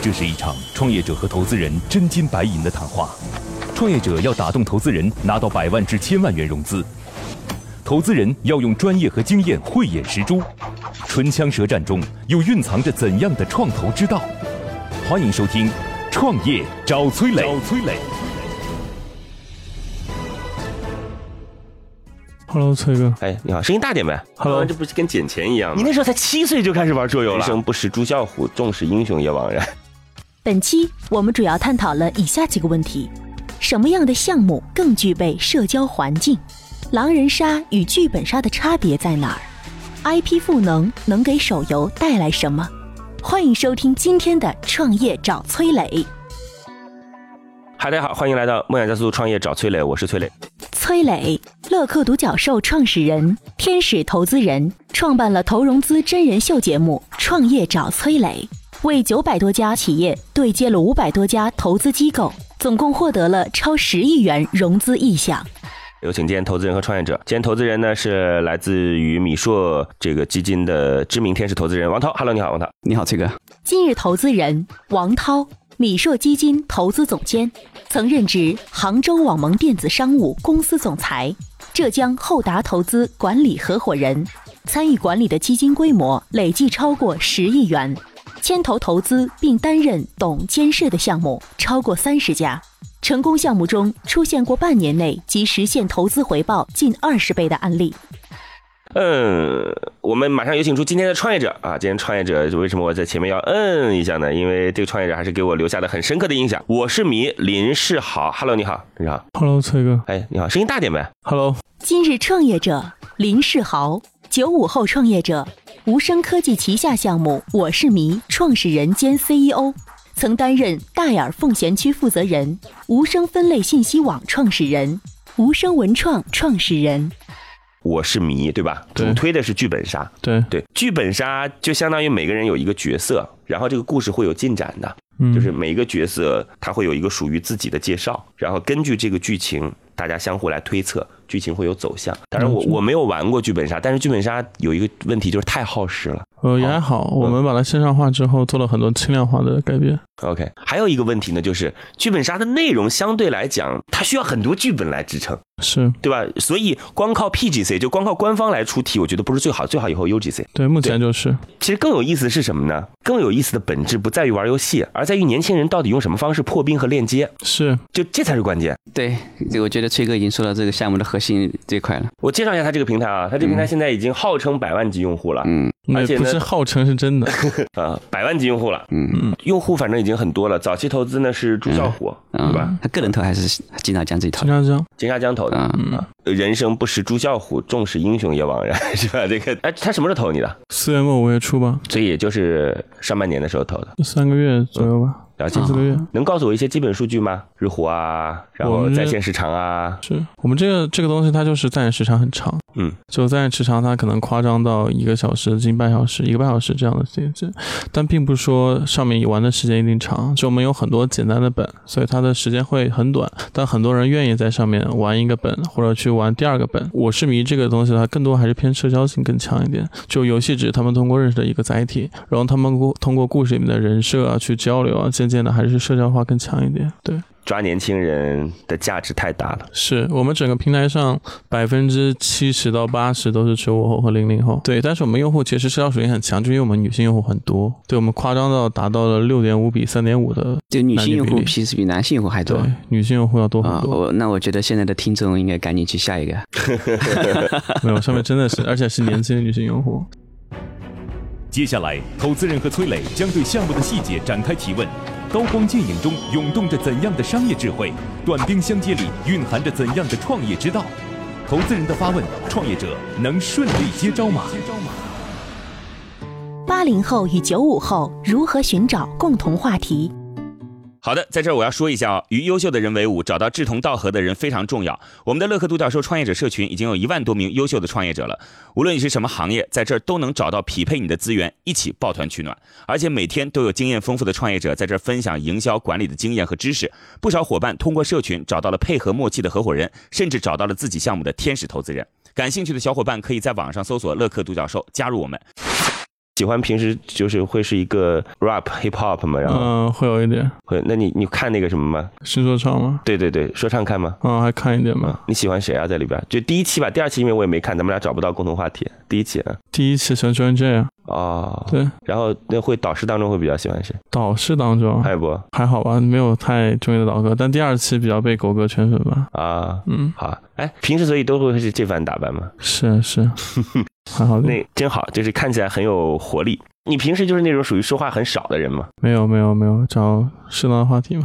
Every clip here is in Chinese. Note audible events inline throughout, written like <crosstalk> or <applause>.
这是一场创业者和投资人真金白银的谈话。创业者要打动投资人，拿到百万至千万元融资；投资人要用专业和经验慧眼识珠。唇枪舌战中，又蕴藏着怎样的创投之道？欢迎收听《创业找崔磊》。找崔磊。 Hello，崔哥，哎，你好，声音大点呗。 Hello 啊这不是跟捡钱一样你吗？那时候才七岁就开始玩桌游人了，生不识朱啸虎，纵使英雄也枉然。 <laughs> 本期我们主要探讨了以下几个问题：什么样的项目更具备社交环境？狼人杀与剧本杀的差别在哪儿？IP 赋能能给手游带来什么？欢迎收听今天的《创业找崔磊》。嗨，大家好，欢迎来到梦想加速度创业找崔磊，我是崔磊。崔磊，乐客独角兽创始人、天使投资人，创办了投融资真人秀节目《创业找崔磊》，为九百多家企业对接了五百多家投资机构，总共获得了超十亿元融资意向。有请今天投资人和创业者。今天投资人呢是来自于米硕这个基金的知名天使投资人王涛。Hello，你好，王涛。你好，崔哥。今日投资人王涛，米硕基金投资总监，曾任职杭州网盟电子商务公司总裁、浙江厚达投资管理合伙人，参与管理的基金规模累计超过十亿元，牵头投资并担任董监事的项目超过三十家。成功项目中出现过半年内即实现投资回报近二十倍的案例。嗯，我们马上有请出今天的创业者啊！今天创业者为什么我在前面要嗯一下呢？因为这个创业者还是给我留下了很深刻的印象。我是迷林世豪，Hello，你好，你好， ，Hello，崔哥哎，你好，声音大点呗。 ，Hello，今日创业者林世豪，九五后创业者，无声科技旗下项目“我是迷”创始人兼 CEO，曾担任大眼奉贤区负责人、无声分类信息网创始人、无声文创创始人。我是迷，对吧？对主推的是剧本杀，对，对，剧本杀就相当于每个人有一个角色，然后这个故事会有进展的，嗯，就是每一个角色他会有一个属于自己的介绍，然后根据这个剧情，大家相互来推测剧情会有走向。当然我，嗯我没有玩过剧本杀，但是剧本杀有一个问题就是太耗时了。呃也还好，我嗯们把它线上化之后，做了很多轻量化的改变。 OK，还有一个问题呢，就是剧本杀的内容相对来讲，它需要很多剧本来支撑，是对吧？所以光靠 PGC 就光靠官方来出题，我觉得不是最好，最好以后 UGC。对，目前就是其实更有意思的是什么呢？更有意思的本质不在于玩游戏，而在于年轻人到底用什么方式破冰和链接，是就这才是关键。对，这我觉得崔哥已经说到这个项目的核心这块了。我介绍一下它这个平台啊，它这个平台现在已经号称百万级用户了，嗯而且也呢不是号称是 <laughs> 真的，啊，百万级用户了，嗯用户反正已经很多了。早期投资呢是朱啸虎，嗯，对吧？他个人头还是经常讲这一套经。常这样。嗯金沙江投的，啊，人生不识朱啸虎，纵使英雄也枉然， <laughs> 是吧？这个，哎，他什么时候投你的？四月末五月初吧，所以也就是上半年的时候投的，三个月左右吧，了解三。啊四个月。能告诉我一些基本数据吗？日活啊，然我后们这在线时长啊，是我们这个这个东西，它就是在线时长很长，嗯，就在线时长它可能夸张到一个小时、近半小时、一个半小时这样的时间，但并不是说上面玩的时间一定长。就我们有很多简单的本，所以它的时间会很短，但很多人愿意在上面玩一个本或者去玩第二个本。我是迷这个东西，它更多还是偏社交性更强一点。就游戏只是他们通过认识的一个载体，然后他们过通过故事里面的人设啊去交流啊，渐渐的还是社交化更强一点。对。抓年轻人的价值太大了。是我们整个平台上百分之七十到八十都是九五后和零零后，对。但是我们用户其实社交属性很强，就因为我们女性用户很多，对我们夸张到达到了六点五比三点五的，就女性用男户女比其实比男性用户还对多。女性用户要多很啊，多。我那我觉得现在的听众应该赶紧去下一个。没有，上面真的是，而且是年轻的女性用户。接下来，投资人和崔磊将对项目的细节展开提问。刀光剑影中涌动着怎样的商业智慧？短兵相接里蕴含着怎样的创业之道？投资人的发问，创业者能顺利接招吗？八零后与九五后如何寻找共同话题？好的，在这儿我要说一下啊，与优秀的人为伍，找到志同道合的人非常重要。我们的乐客独角兽创业者社群已经有一万多名优秀的创业者了，无论你是什么行业，在这儿都能找到匹配你的资源，一起抱团取暖。而且每天都有经验丰富的创业者在这儿分享营销管理的经验和知识。不少伙伴通过社群找到了配合默契的合伙人，甚至找到了自己项目的天使投资人。感兴趣的小伙伴可以在网上搜索“乐客独角兽”加入我们。喜欢平时就是会是一个 rap hip hop 嘛，然后嗯、会有一点会，那你你看那个什么吗？是说唱吗？对对对，说唱看吗？嗯，还看一点吧。你喜欢谁啊？在里边就第一期吧，第二期因为我也没看，咱们俩找不到共同话题。第一期啊，第一期喜欢 j o h n J 啊，哦，对，然后那会导师当中会比较喜欢谁？导师当中还有不还好吧，没有太中意的导哥，但第二期比较被狗哥圈粉吧。啊？嗯，好，哎，平时所以都会是这番打扮吗？是是，还好点。那真好，就是看起来很有活力。你平时就是那种属于说话很少的人 <laughs> 吗？没有没有没有，找适当的话题嘛。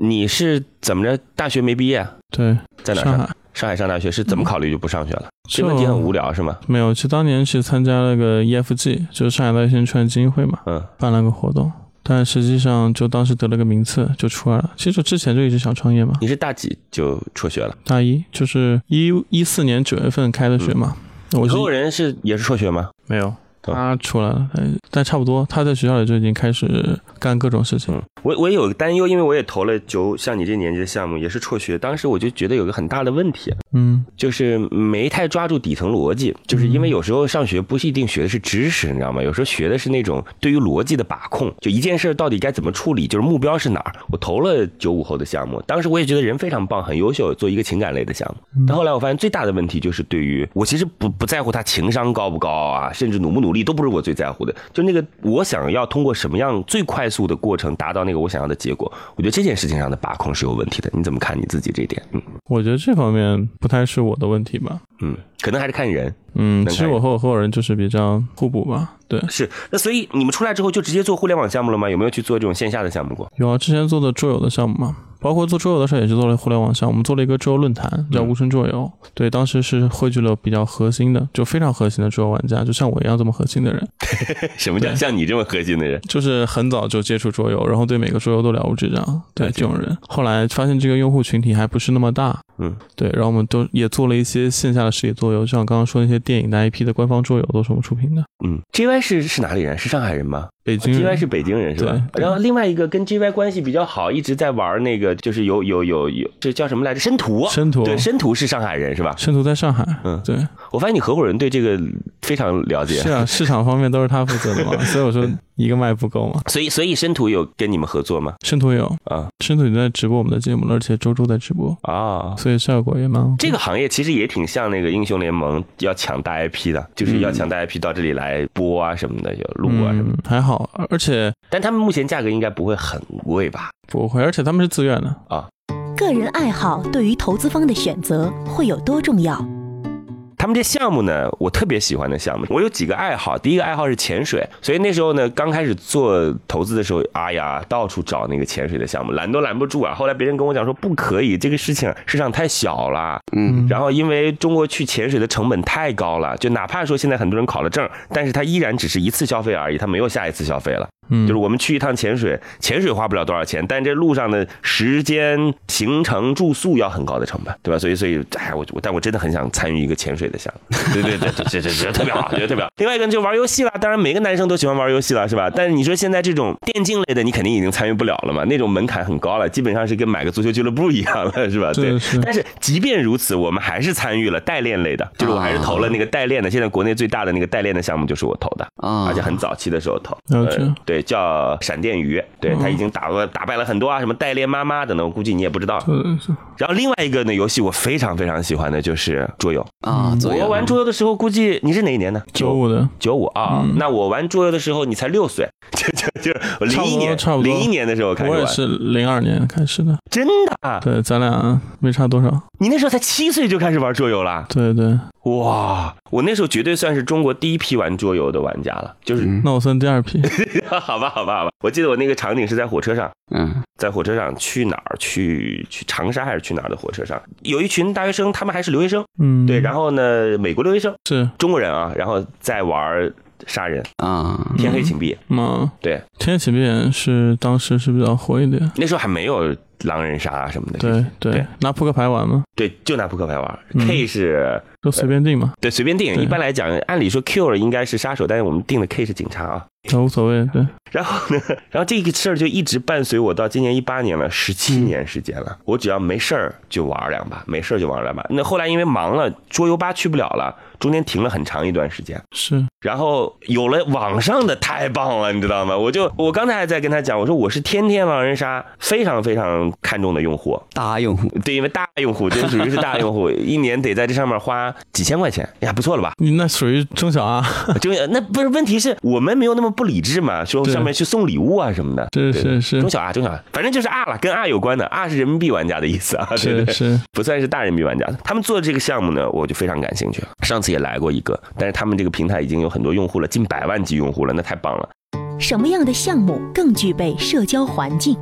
你是怎么着？大学没毕业啊，对，在哪儿上上？海嗯上海上大学是怎么考虑就不上学了？这问题就很无聊是吗？没有，去当年去参加了个 EFG，就是上海大学生创业基金会嘛，嗯，办了个活动，但实际上就当时得了个名次就出来了。其实就之前就一直想创业嘛，你是大几就辍学了？大一就是一一四年九月份开的学嘛，我是所有嗯人是也是辍学吗？没有。他出来了，但但差不多，他在学校里就已经开始干各种事情。嗯我我有担忧，因为我也投了九像你这年纪的项目，也是辍学。当时我就觉得有个很大的问题，啊嗯，就是没太抓住底层逻辑，就是因为有时候上学不一定学的是知识，你知道吗？有时候学的是那种对于逻辑的把控，就一件事儿到底该怎么处理，就是目标是哪儿。我投了九五后的项目，当时我也觉得人非常棒，很优秀，做一个情感类的项目。但后来我发现最大的问题就是对于我其实不不在乎他情商高不高啊，甚至努不努力都不是我最在乎的，就那个我想要通过什么样最快速的过程达到那个我想要的结果，我觉得这件事情上的把控是有问题的。你怎么看你自己这一点？嗯我觉得这方面不太是我的问题吧。嗯，可能还是看人。嗯，能其实看我和我合伙人就是比较互补吧。对，是，那所以你们出来之后就直接做互联网项目了吗？有没有去做这种线下的项目过？有啊，之前做的桌游的项目嘛，包括做桌游的时候也是做了互联网项目，我们做了一个桌游论坛，嗯叫无声桌游。对，当时是汇聚了比较核心的，就非常核心的桌游玩家，就像我一样这么核心的人， <laughs> 什么叫像你这么核心的人？就是很早就接触桌游，然后对每个桌游都了如指掌。对这种人，后来发现这个用户群体还不是那么大。嗯，对，然后我们都也做了一些线下的实体桌游，像刚刚说那些电影的 IP 的官方桌游都是我们出品的。 <laughs> 嗯，JY 是是哪里人？是上海人吗北京人？JY 啊是北京人是吧？对然后另外一个跟 JY 关系比较好，一直在玩那个就是有有有有这叫什么来着？申屠。申屠对，申屠是上海人是吧？圣徒在上海，嗯对，我发现你合伙人对这个非常了解是。啊，市场方面都是他负责的 <laughs> 嘛，所以我说一个麦不够嘛。所以，所以申屠有跟你们合作吗？圣徒有，啊深度已经在直播我们的节目了，而且周周在直播，啊，所以效果也蛮好。这个行业其实也挺像那个英雄联盟要抢大 IP 的，就是要抢大 IP 到这里来播啊什么的，有录啊什么的。嗯还好，而且但他们目前价格应该不会很贵吧？不会，而且他们是自愿的。个人爱好对于投资方的选择会有多重要？他们这项目呢，我特别喜欢的项目，我有几个爱好。第一个爱好是潜水，所以那时候呢，刚开始做投资的时候，哎呀，到处找那个潜水的项目，拦都拦不住啊。后来别人跟我讲说不可以，这个事情市场太小了。嗯，然后因为中国去潜水的成本太高了，就哪怕说现在很多人考了证，但是他依然只是一次消费而已，他没有下一次消费了。嗯，就是我们去一趟潜水，潜水花不了多少钱，但这路上的时间、行程、住宿要很高的成本，对吧？所以，所以，哎，我我但我真的很想参与一个潜水的项目，对对对，对这这这特别好，觉得特别好。另外一个就玩游戏啦，当然每个男生都喜欢玩游戏了，是吧？但是你说现在这种电竞类的，你肯定已经参与不了了嘛，那种门槛很高了，基本上是跟买个足球俱乐部一样了，是吧？这对个。是但是即便如此，我们还是参与了代练类的，就是我还是投了那个代练的。现在国内最大的那个代练的项目就是我投的，啊，而且很早期的时候投，了解呃对，叫闪电鱼，对嗯他已经打过打败了很多啊，什么代练妈妈等等，我估计你也不知道。呃是然后另外一个呢，游戏我非常非常喜欢的就是桌游。啊，嗯左我右玩桌游的时候，估计你是哪一年呢？周五的，九五啊，嗯那我玩桌游的时候你才六岁， <laughs> 就就就是差不零一多年差不，多零一年的时候开始我也玩，是零二年开始的。真的啊，对，咱俩没差多少。你那时候才七岁就开始玩桌游啦？对对，哇，我那时候绝对算是中国第一批玩桌游的玩家了，就是、 <laughs> 嗯那我算第二批。好吧，好吧，好吧，我记得我那个场景是在火车上，嗯在火车上去哪儿？去去长沙还是去哪儿的火车上？有一群大学生，他们还是留学生，嗯，对，然后呢，美国留学生，是中国人啊，然后在玩杀人，啊，天黑请闭嗯眼，嘛，对，天启闭眼是当时是比较火一点。那时候还没有狼人杀啊什么的，对对对，拿扑克牌玩嘛，对，就拿扑克牌玩嗯，K 是就随便定嘛。对随便定，对一般来讲，按理说 Q 应该是杀手，但是我们定的 K 是警察啊，那无所谓，对，然后呢， <laughs> 然后这个事儿就一直伴随我到今年一八年了，十七年时间了。我只要没事儿就玩两把，没事儿就玩两把。那后来因为忙了，桌游吧去不了了，中间停了很长一段时间。是然后有了网上的太棒了，你知道吗？我就我刚才还在跟他讲，我说我是天天狼人杀非常非常看重的用户，大用户对，因为大用户，这属于是大用户，一年得在这上面花几千块钱，哎呀，不错了吧？你那属于中小啊，就那不是问题是我们没有那么不理智嘛，说对上面去送礼物啊什么的，是对是是中小啊中小啊，反正就是啊了，跟啊有关的啊是人民币玩家的意思啊，对对是对是，不算是大人民币玩家的。他们做的这个项目呢，我就非常感兴趣了。上次也来过一个，但是他们这个平台已经有很多用户了，近百万级用户了，那太棒了。什么样的项目更具备社交环境？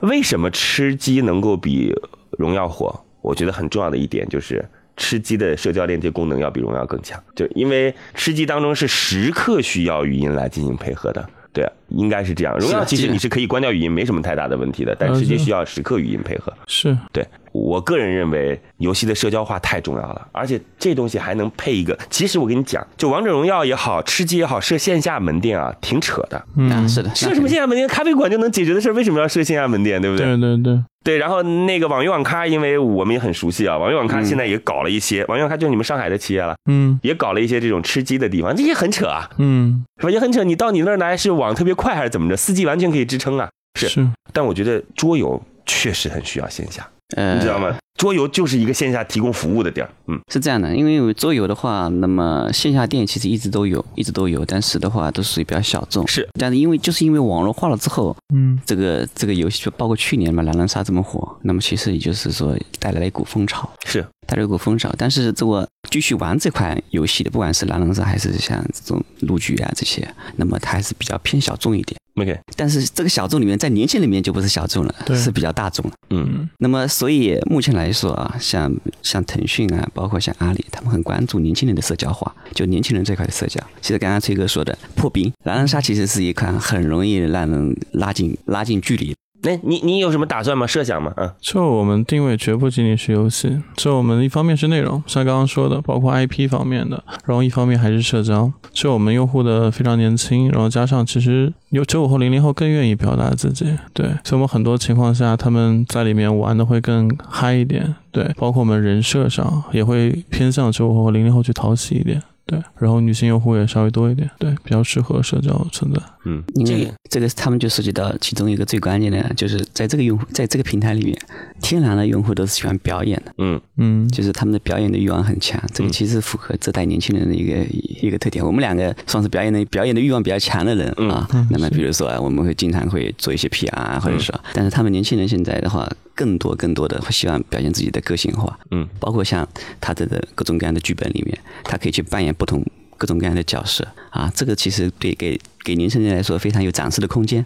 为什么吃鸡能够比荣耀火？我觉得很重要的一点就是。吃鸡的社交链接功能要比荣耀更强，就因为吃鸡当中是时刻需要语音来进行配合的，对，应该是这样。荣耀是其实是你是可以关掉语音，没什么太大的问题的，但嗯吃鸡是需要时刻语音配合。是对我个人认为，游戏的社交化太重要了，而且这东西还能配一个。其实我跟你讲，就王者荣耀也好，吃鸡也好，设线下门店啊，挺扯的。啊，嗯，是的，设什么线下门店？咖啡馆就能解决的事儿，为什么要设线下门店？对不对？对对对，对，然后那个网约网咖，因为我们也很熟悉啊，网约网咖嗯现在也搞了一些，网约网咖就是你们上海的企业了，嗯也搞了一些这种吃鸡的地方，这也很扯啊，嗯是吧？也很扯。你到你那儿来是网特别快还是怎么着？四 G 完全可以支撑啊。是是但我觉得桌游确实很需要线下，呃，你知道吗？桌游就是一个线下提供服务的地儿，嗯。呃是这样的，因为桌游的话，那么线下店其实一直都有，一直都有，但是的话都属于比较小众。是，但是因为就是因为网络化了之后，嗯这个这个游戏就包括去年嘛，狼人杀这么火，那么其实也就是说带来了一股风潮，是带来一股风潮。但是这个继续玩这款游戏的，不管是狼人杀还是像这种撸局啊这些，那么它还是比较偏小众一点。 OK，但是这个小众里面，在年轻里面就不是小众了，对是比较大众了。嗯，嗯那么，所以目前来说啊，像像腾讯啊，包括像阿里，他们很关注年轻人的社交化，就年轻人这块的社交。其实刚刚崔哥说的破冰，狼人杀其实是一款很容易让人拉近拉近距离。那、哎你你有什么打算吗？设想吗？嗯，就我们定位绝不仅仅是游戏，就我们一方面是内容，像刚刚说的，包括 IP 方面的，然后一方面还是社交。就我们用户的非常年轻，然后加上其实有九五后、零零后更愿意表达自己，对，所以我们很多情况下他们在里面玩的会更嗨一点，对，包括我们人设上也会偏向九五后、零零后去讨喜一点。对，然后女性用户也稍微多一点，对，比较适合社交存在。嗯，因这为个这个，他们就涉及到其中一个最关键的，就是在这个用户在这个平台里面，天然的用户都是喜欢表演的，嗯嗯，就是他们的表演的欲望很强。这个嗯其实符合这代年轻人的一个一个特点。我们两个算是表演的表演的欲望比较强的人嗯啊嗯。那么是比如说啊，我们会经常会做一些 PR 啊，嗯或者说，但是他们年轻人现在的话，更多更多的会希望表现自己的个性化，嗯，包括像他的的各种各样的剧本里面，他可以去扮演不同各种各样的角色啊。这个其实对给给年轻人来说非常有展示的空间。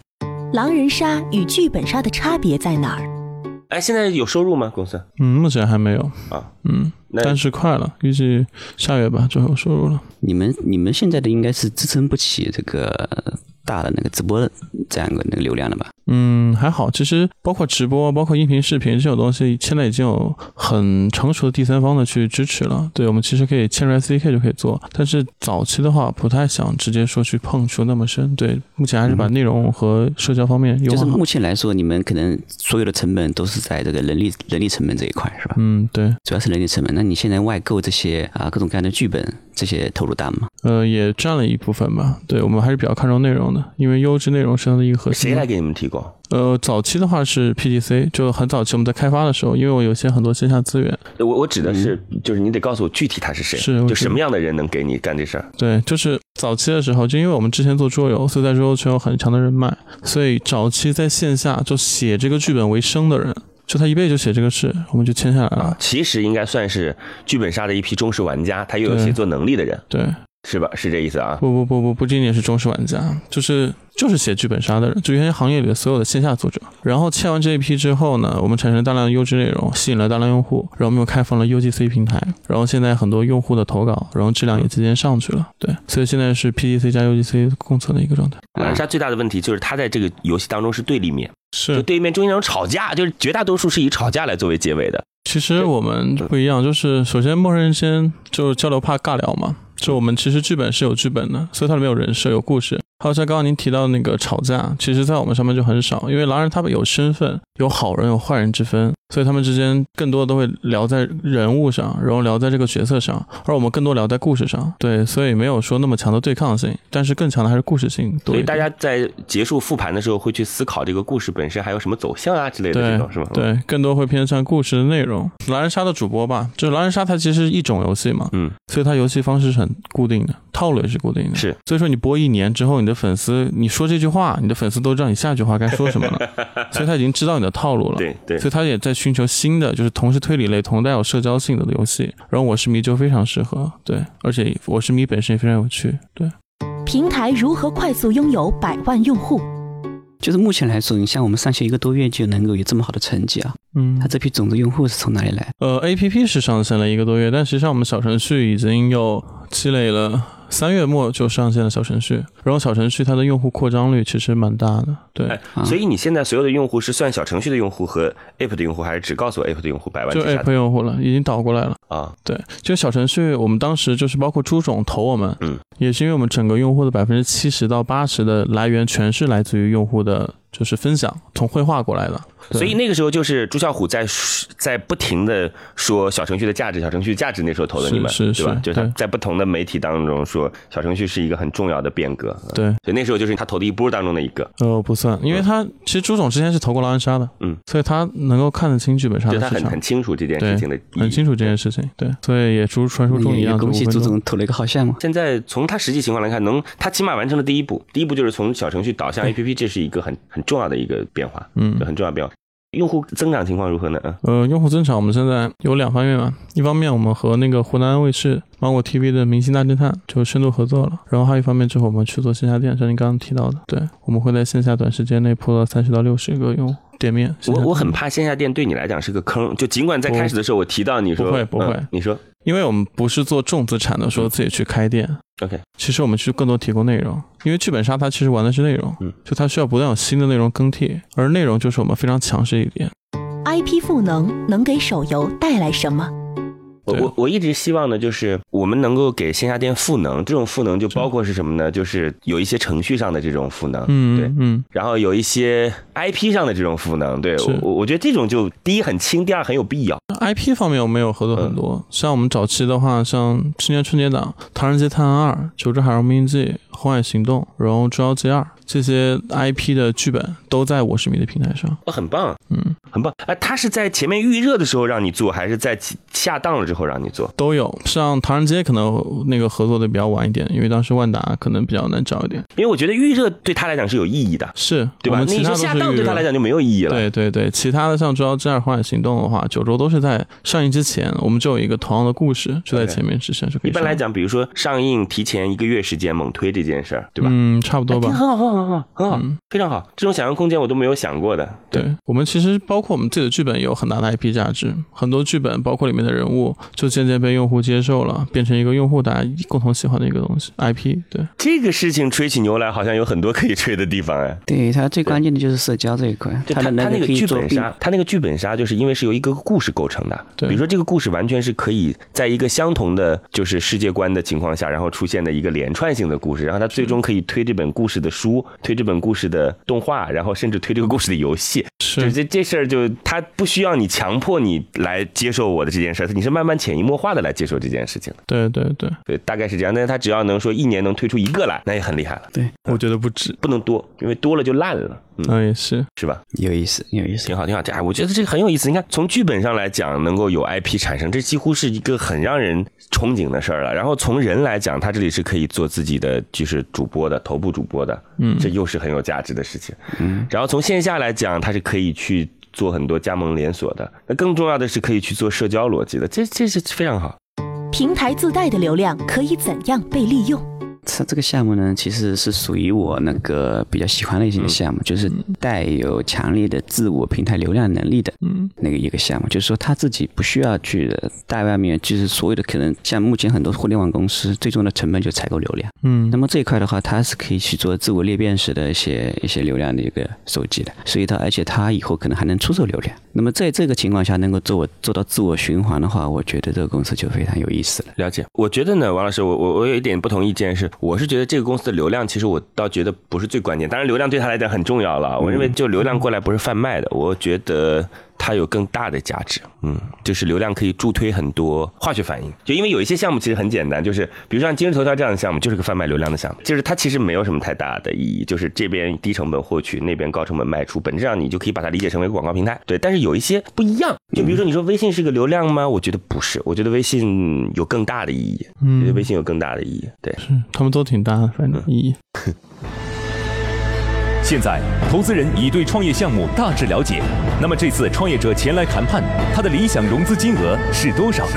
狼人杀与剧本杀的差别在哪儿？哎，现在有收入吗？公司嗯，目前还没有啊，嗯，那但是快了，预计下月吧就会有收入了。你们你们现在的应该是支撑不起这个大的那个直播的这样一个那个流量了吧？嗯，还好。其实包括直播、包括音频、视频这种东西，现在已经有很成熟的第三方的去支持了。对我们其实可以嵌入 SDK 就可以做，但是早期的话不太想直接说去碰触那么深。对，目前还是把内容和社交方面优就是化好目。前来说，你们可能所有的成本都是在这个人力人力成本这一块，是吧？嗯，对，主要是人力成本。那你现在外购这些啊、各种各样的剧本这些投入大吗？呃，也占了一部分吧。对我们还是比较看重内容的，因为优质内容是它的一个核心谁嘛。来给你们提供？呃，早期的话是 PDC，就很早期我们在开发的时候，因为我有些很多线下资源，我呃我指的是，就是你得告诉我具体他是谁，嗯是我就知什么样的人能给你干这事儿。对，就是早期的时候，就因为我们之前做桌游，所以在桌游圈有很强的人脉，所以早期在线下就写这个剧本为生的人，就他一辈子就写这个事，我们就签下来了。其实应该算是剧本杀的一批忠实玩家，他又有对写作能力的人，对，是吧？是这意思啊？不不不不不仅仅是忠实玩家，就是就是写剧本杀的人，就原先行业里的所有的线下作者。然后签完这一批之后呢，我们产生大量的优质内容，吸引了大量用户，然后我们又开放了 UGC 平台，然后现在很多用户的投稿，然后质量也渐渐上去了。对，所以现在是 PDC 加 UGC 共存的一个状态。狼啊人杀最大的问题就是他在这个游戏当中是对立面，就是对立面中间有吵架，就是绝大多数是以吵架来作为结尾的。其实我们不一样，就是首先陌生人先就是交流怕尬聊嘛，就我们其实剧本是有剧本的，所以它里面有人设有故事。还有像刚刚您提到的那个吵架，其实在我们上面就很少，因为狼人他们有身份，有好人有坏人之分，所以他们之间更多的都会聊在人物上，然后聊在这个角色上，而我们更多聊在故事上。对，所以没有说那么强的对抗性，但是更强的还是故事性多所一以点。大家在结束复盘的时候，会去思考这个故事本身还有什么走向啊之类的对这种，是吗？，对，更多会偏向故事的内容。狼人杀的主播吧，就是狼人杀它其实是一种游戏嘛，嗯，所以它游戏方式是很固定的，套路也是固定的。是，所以说你播一年之后，你的粉丝你说这句话，你的粉丝都知道你下一句话该说什么 <laughs> 了，所以他已经知道你的套路了。。对对。所以他也在寻求新的，就是同时推理类、同带有社交性的游戏。然后我是迷就非常适合，对，而且我是迷本身也非常有趣，对。平台如何快速拥有百万用户？就是目前来说，你像我们上线一个多月就能够有这么好的成绩啊，嗯它这批种子用户是从哪里来？呃，A P P 是上线了一个多月，但实际上我们小程序已经有积累了三月末就上线了小程序，然后小程序它的用户扩张率其实蛮大的，对哎，啊所以你现在所有的用户是算小程序的用户和 App 的用户，还是只告诉我 App 的用户百万就之下的 App 用户了，已经倒过来了。啊？对，就小程序，我们当时就是包括朱总投我们，嗯，也是因为我们整个用户的百分之七十到八十的来源全是来自于用户的，就是分享从绘画过来的，对所以那个时候就是朱啸虎在说在不停的说小程序的价值，小程序的价值那时候投的你们，是是对吧是？就是他对在不同的媒体当中说小程序是一个很重要的变革，嗯对，所以那时候就是他投的一波当中的一个，呃，不算，因为他其实朱总之前是投过狼人杀的，嗯，所以他能够看得清剧本杀就的他市很场很。清楚这件对事情的意很义。清楚这件事情，对，所以也如传说中一也样，恭15喜分朱钟总投了一个好项嘛。现在从他实际情况来看，能他起码完成了第一步，第一步就是从小程序导向 APP，这是一个很很重要的一个变化，嗯，很重要的变化。用户增长情况如何呢？嗯呃，用户增长我们现在有两方面嘛，一方面我们和那个湖南卫视芒果 TV 的《明星大侦探》就深度合作了，然后还有一方面就是我们去做线下店，像您刚刚提到的，对，我们会在线下短时间内破到三十到六十个用户店面。线我下我很店怕线下店对你来讲是个坑，就尽管在开始的时候我提到你说不会不会嗯你说因为我们不是做重资产的，说自己去开店。 OK 其实我们去更多提供内容，因为剧本杀它其实玩的是内容，嗯就它需要不断有新的内容更替，而内容就是我们非常强势一点。 IP 赋能能给手游带来什么？我对我我一直希望呢，就是我们能够给线下店赋能，这种赋能就包括是什么呢？就是有一些程序上的这种赋能，嗯，对。嗯，然后有一些 IP 上的这种赋能，对是我我我觉得这种就第一很轻，第二很有必要。 IP 方面我们有合作很多，嗯像我们早期的话，像去年春节档《唐人街探案二》《九只海上命运记》《荒野行动》，然后《捉妖记二》这些 IP 的剧本都在我是迷的平台上。哇，很棒，嗯，很棒！哎，它是在前面预热的时候让你做，还是在下档了之后让你做？都有。像《唐人街》可能那个合作的比较晚一点，因为当时万达可能比较难找一点。因为我觉得预热对他来讲是有意义的，是，对我吧？们那其你他说都是下档对他预来热。讲就没有意义了。对对对，其他的像《捉妖记二》《荒野行动》的话，九州都是在上映之前，我们就有一个同样的故事，就在 OK 前面之前就可以。一般来，讲，比如说上映提前一个月时间猛推这件事儿，对吧？嗯，差不多吧哎。很好，很好，很好，很好，嗯，非常好。这种想象空间我都没有想过的。对我们其实包括我们自己的剧本有很大的 IP 价值，很多剧本包括里面的人物，就渐渐被用户接受了，变成一个用户大家共同喜欢的一个东西 IP。对，这个事情吹起牛来好像有很多可以吹的地方哎。对，它最关键的就是社交这一块，就它他的他那个个可以剧做本并杀，他那个剧本杀就是因为是由一个故事构成的，比对如说这个故事完全是可以在一个相同的就是世界观的情况下，然后出现的一个连串性的故事，然后他最终可以推这本故事的书，推这本故事的动画，然后甚至推这个故事的游戏，就是这这事儿就他不需要你强迫你来接受我的这件事儿，你是慢慢潜移默化的来接受这件事情的，对对对，对，大概是这样。但是他只要能说一年能推出一个来，那也很厉害了，我觉得不止，不能多，因为多了就烂了，嗯，嗯，也是，是吧？有意思，有意思。挺好，挺好。哎，我觉得这个很有意思。你看，从剧本上来讲，能够有 IP 产生，这几乎是一个很让人憧憬的事儿了。然后从人来讲，他这里是可以做自己的，就是主播的头部主播的，嗯，这又是很有价值的事情。嗯，然后从线下来讲，它是可以去做很多加盟连锁的。那更重要的是可以去做社交逻辑的，这这是非常好。平台自带的流量可以怎样被利用？它这个项目呢，其实是属于我那个比较喜欢的一些项目，就是带有强烈的自我平台流量能力的嗯那个一个项目，就是说他自己不需要去带外面，就是所有的可能像目前很多互联网公司最终的成本就采购流量。嗯那，么这一块的话，它是可以去做自我裂变式的一些一些流量的一个收集的，所以它而且它以后可能还能出售流量。那么在这个情况下，能够做做到自我循环的话，我觉得这个公司就非常有意思了。了解，我觉得呢，王老师，我我我有一点不同意见是，我是觉得这个公司的流量，其实我倒觉得不是最关键，当然流量对他来讲很重要了。我认为就流量过来不是贩卖的，我觉得它有更大的价值。嗯，就是流量可以助推很多化学反应。就今因为有一些项目其实很简单，就是比如像今日头条这样的项目，就是个贩卖流量的项目，就是它其实没有什么太大的意义，就是这边低成本获取，那边高成本卖出，本质上你就可以把它理解成为广告平台。对，但是有一些不一样，就嗯比如说你说微信是个流量吗？我觉得不是，我觉得微信有更大的意义，我觉得微信有更大的意义。对，嗯是他们都挺大的，反正意嗯义。现在，投资人已对创业项目大致了解。那么，这次创业者前来谈判，他的理想融资金额是多少呢？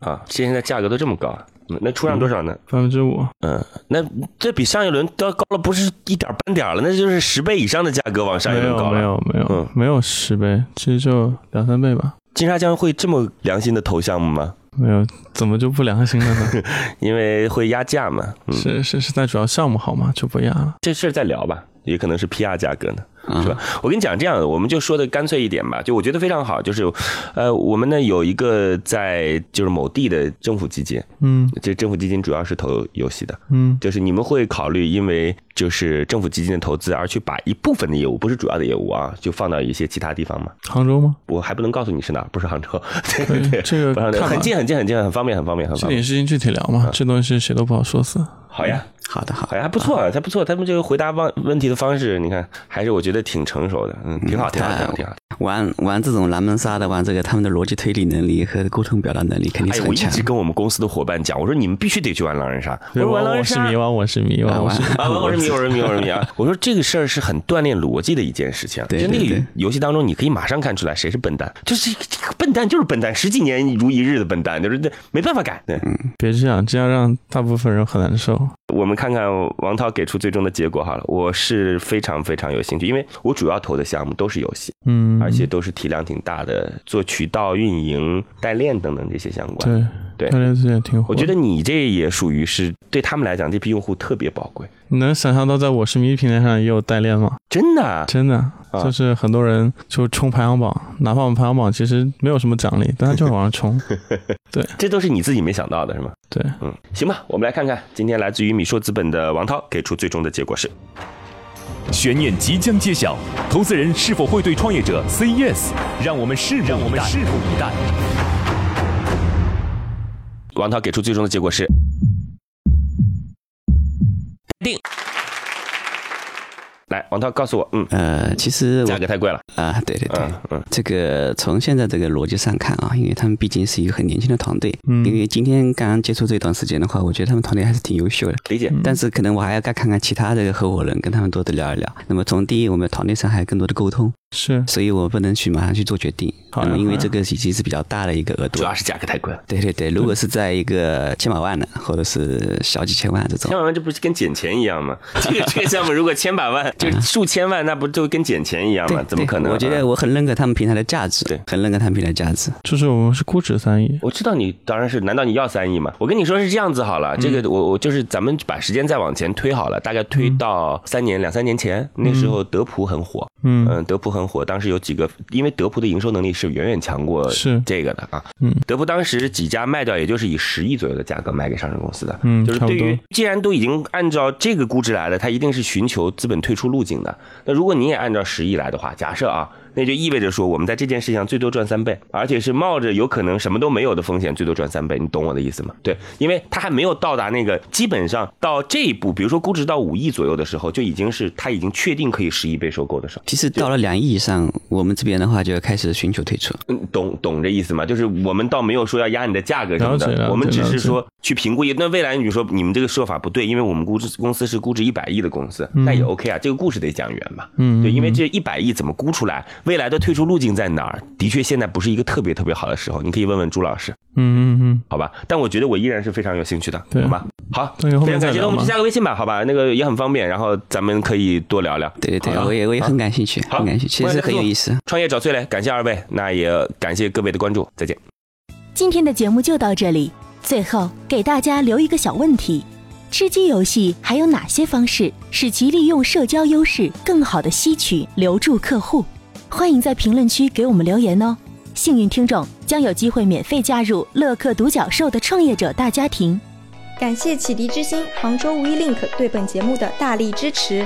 啊？现在价格都这么高啊，嗯那出让多少呢？百分之五。嗯，那这比上一轮都要高了，不是一点儿半点儿了，那就是十倍以上的价格往上一没轮有高没了。有没有、嗯没有十倍，其实就两三倍吧。金沙江会这么良心的投项目吗？没有，怎么就不良心了呢？因为会压价嘛。 <laughs> 嗯，是是是，但主要项目好嘛，就不压了。这事儿再聊吧，也可能是 PR 价格呢。啊是吧？我跟你讲，这样我们就说的干脆一点吧，就我觉得非常好，就是，呃，我们呢有一个在就是某地的政府基金，嗯这政府基金主要是投游戏的，嗯就是你们会考虑因为就是政府基金的投资而去把一部分的业务，不是主要的业务啊，就放到一些其他地方吗？杭州 <laughs> 吗？我还不能告诉你是哪儿，不是杭州，对对对对，这个不是杭州看吧很近很近很近，很方便很方便很这 <laughs> 方点便。事情具体聊嗯嘛，这东西谁都不好说死。好呀，好的，好好呀，还不错啊，还不错，他们这个回答问问题的方式，你看还是我觉得挺成熟的，嗯，挺好，挺好，挺好，挺好。玩玩这种狼人杀的，玩这个他们的逻辑推理能力和沟通表达能力肯定哎是，我很一强。直跟我们公司的伙伴讲，我说你们必须得去玩狼人杀。我对说玩我狼我人是杀迷惘，我是迷惘，我 <laughs> 是迷啊，我是迷，我是迷，我是 <laughs> 迷啊！我说这个事儿是很锻炼逻辑的一件事情。对就那对个对游戏当中，你可以马上看出来谁是笨蛋，就是这个这个笨蛋就是笨蛋，十几年如一日的笨蛋，就是这没办法改。对，别这样，这样让大部分人很难受。我们看看王涛给出最终的结果好了。我是非常非常有兴趣，因为我主要投的项目都是游戏，嗯，而且都是体量挺大的，做渠道运营、代练等等这些相关。对对大家最近也挺火。我觉得你这也属于是对他们来讲，这批用户特别宝贵，你能想象到，在我是迷平台上也有代练吗？真的啊。真的，就是很多人就冲排行榜，哪怕我们排行榜其实没有什么奖励，但他就是往上 <laughs> 冲。这都是你自己没想到的，是吗？对，嗯，行吧，我们来看看今天来自于米硕资本的王涛给出最终的结果是，悬念即将揭晓，投资人是否会对创业者 say yes？让我们拭目我们拭目以待。王涛给出最终的结果是待定。来，王涛告诉我，嗯，呃，其实我价格太贵了，啊、对对对，嗯嗯，这个从现在这个逻辑上看啊，因为他们毕竟是一个很年轻的团队，嗯因为今天刚刚接触这段时间的话，我觉得他们团队还是挺优秀的。理解。但是可能我还要再看看其他的合伙人，跟他们多的聊一聊。那么从第一，我们团队上还有更多的沟通，是所以我不能去马上去做决定。好呀那么因好为呀这个已经是比较大的一个额度主，要是价格太贵了，对对对。如果是在一个千把万的，或者是小几千万这种千，百万这不是跟捡钱一样吗？这个这个项目如果千百万，就是数千万，那不就跟捡钱一样对吗？，怎么对可能啊？我觉得我很认可他们平台的价值，对很认可他们平台的价值。就是我们是估值三亿，我知道你当然是，难道你要三亿吗？我跟你说是这样子好了，这个我我就是咱们把时间再往前推好了，大概推到三年两三年前，那时候德普很火，嗯，嗯，德普很火，当时有几个，因为德普的营收能力是远远强过是这个的啊，嗯，德普当时几家卖掉，也就是以十亿左右的价格卖给上市公司的，嗯就是差不对于多既然都已经按照这个估值来了，它一定是寻求资本退出路径的。那如果你也按照十亿来的话，假设啊，那就意味着说我们在这件事情上最多赚三倍，而且是冒着有可能什么都没有的风险，最多赚三倍，你懂我的意思吗？对，因为它还没有到达那个基本上到这一步，比如说估值到五亿左右的时候，就已经是它已经确定可以十亿被收购的时候。其其实到了两亿以上，我们这边的话就要开始寻求退出。嗯，懂懂这意思吗？就是我们倒没有说要压你的价格什么了解了的，解我们只是说去评估一。那未来你说你们这个说法不对，因为我们估值公司是估值一百亿的公司，那也 OK 啊。这个故事得讲圆嘛，嗯对，因为这一百亿怎么估出来，未来的退出路径在哪儿？的确，现在不是一个特别特别好的时候，你可以问问朱老师，嗯嗯嗯，好吧？但我觉得我依然是非常有兴趣的，对好吧？好，那个后非面常再感谢，那聊我们嘛去。加个微信吧，好吧？那个也很方便，然后咱们可以多聊聊。对对对，好啊我也我也很感兴趣，好很感兴趣，我其也实在很有做意思。创业找崔磊，感谢二位，那也感谢各位的关注，再见。今天的节目就到这里。最后给大家留一个小问题：吃鸡游戏还有哪些方式使其利用社交优势更好的吸取、留住客户？欢迎在评论区给我们留言哦。幸运听众将有机会免费加入乐客独角兽的创业者大家庭。感谢启迪之星、杭州无一 link 对本节目的大力支持。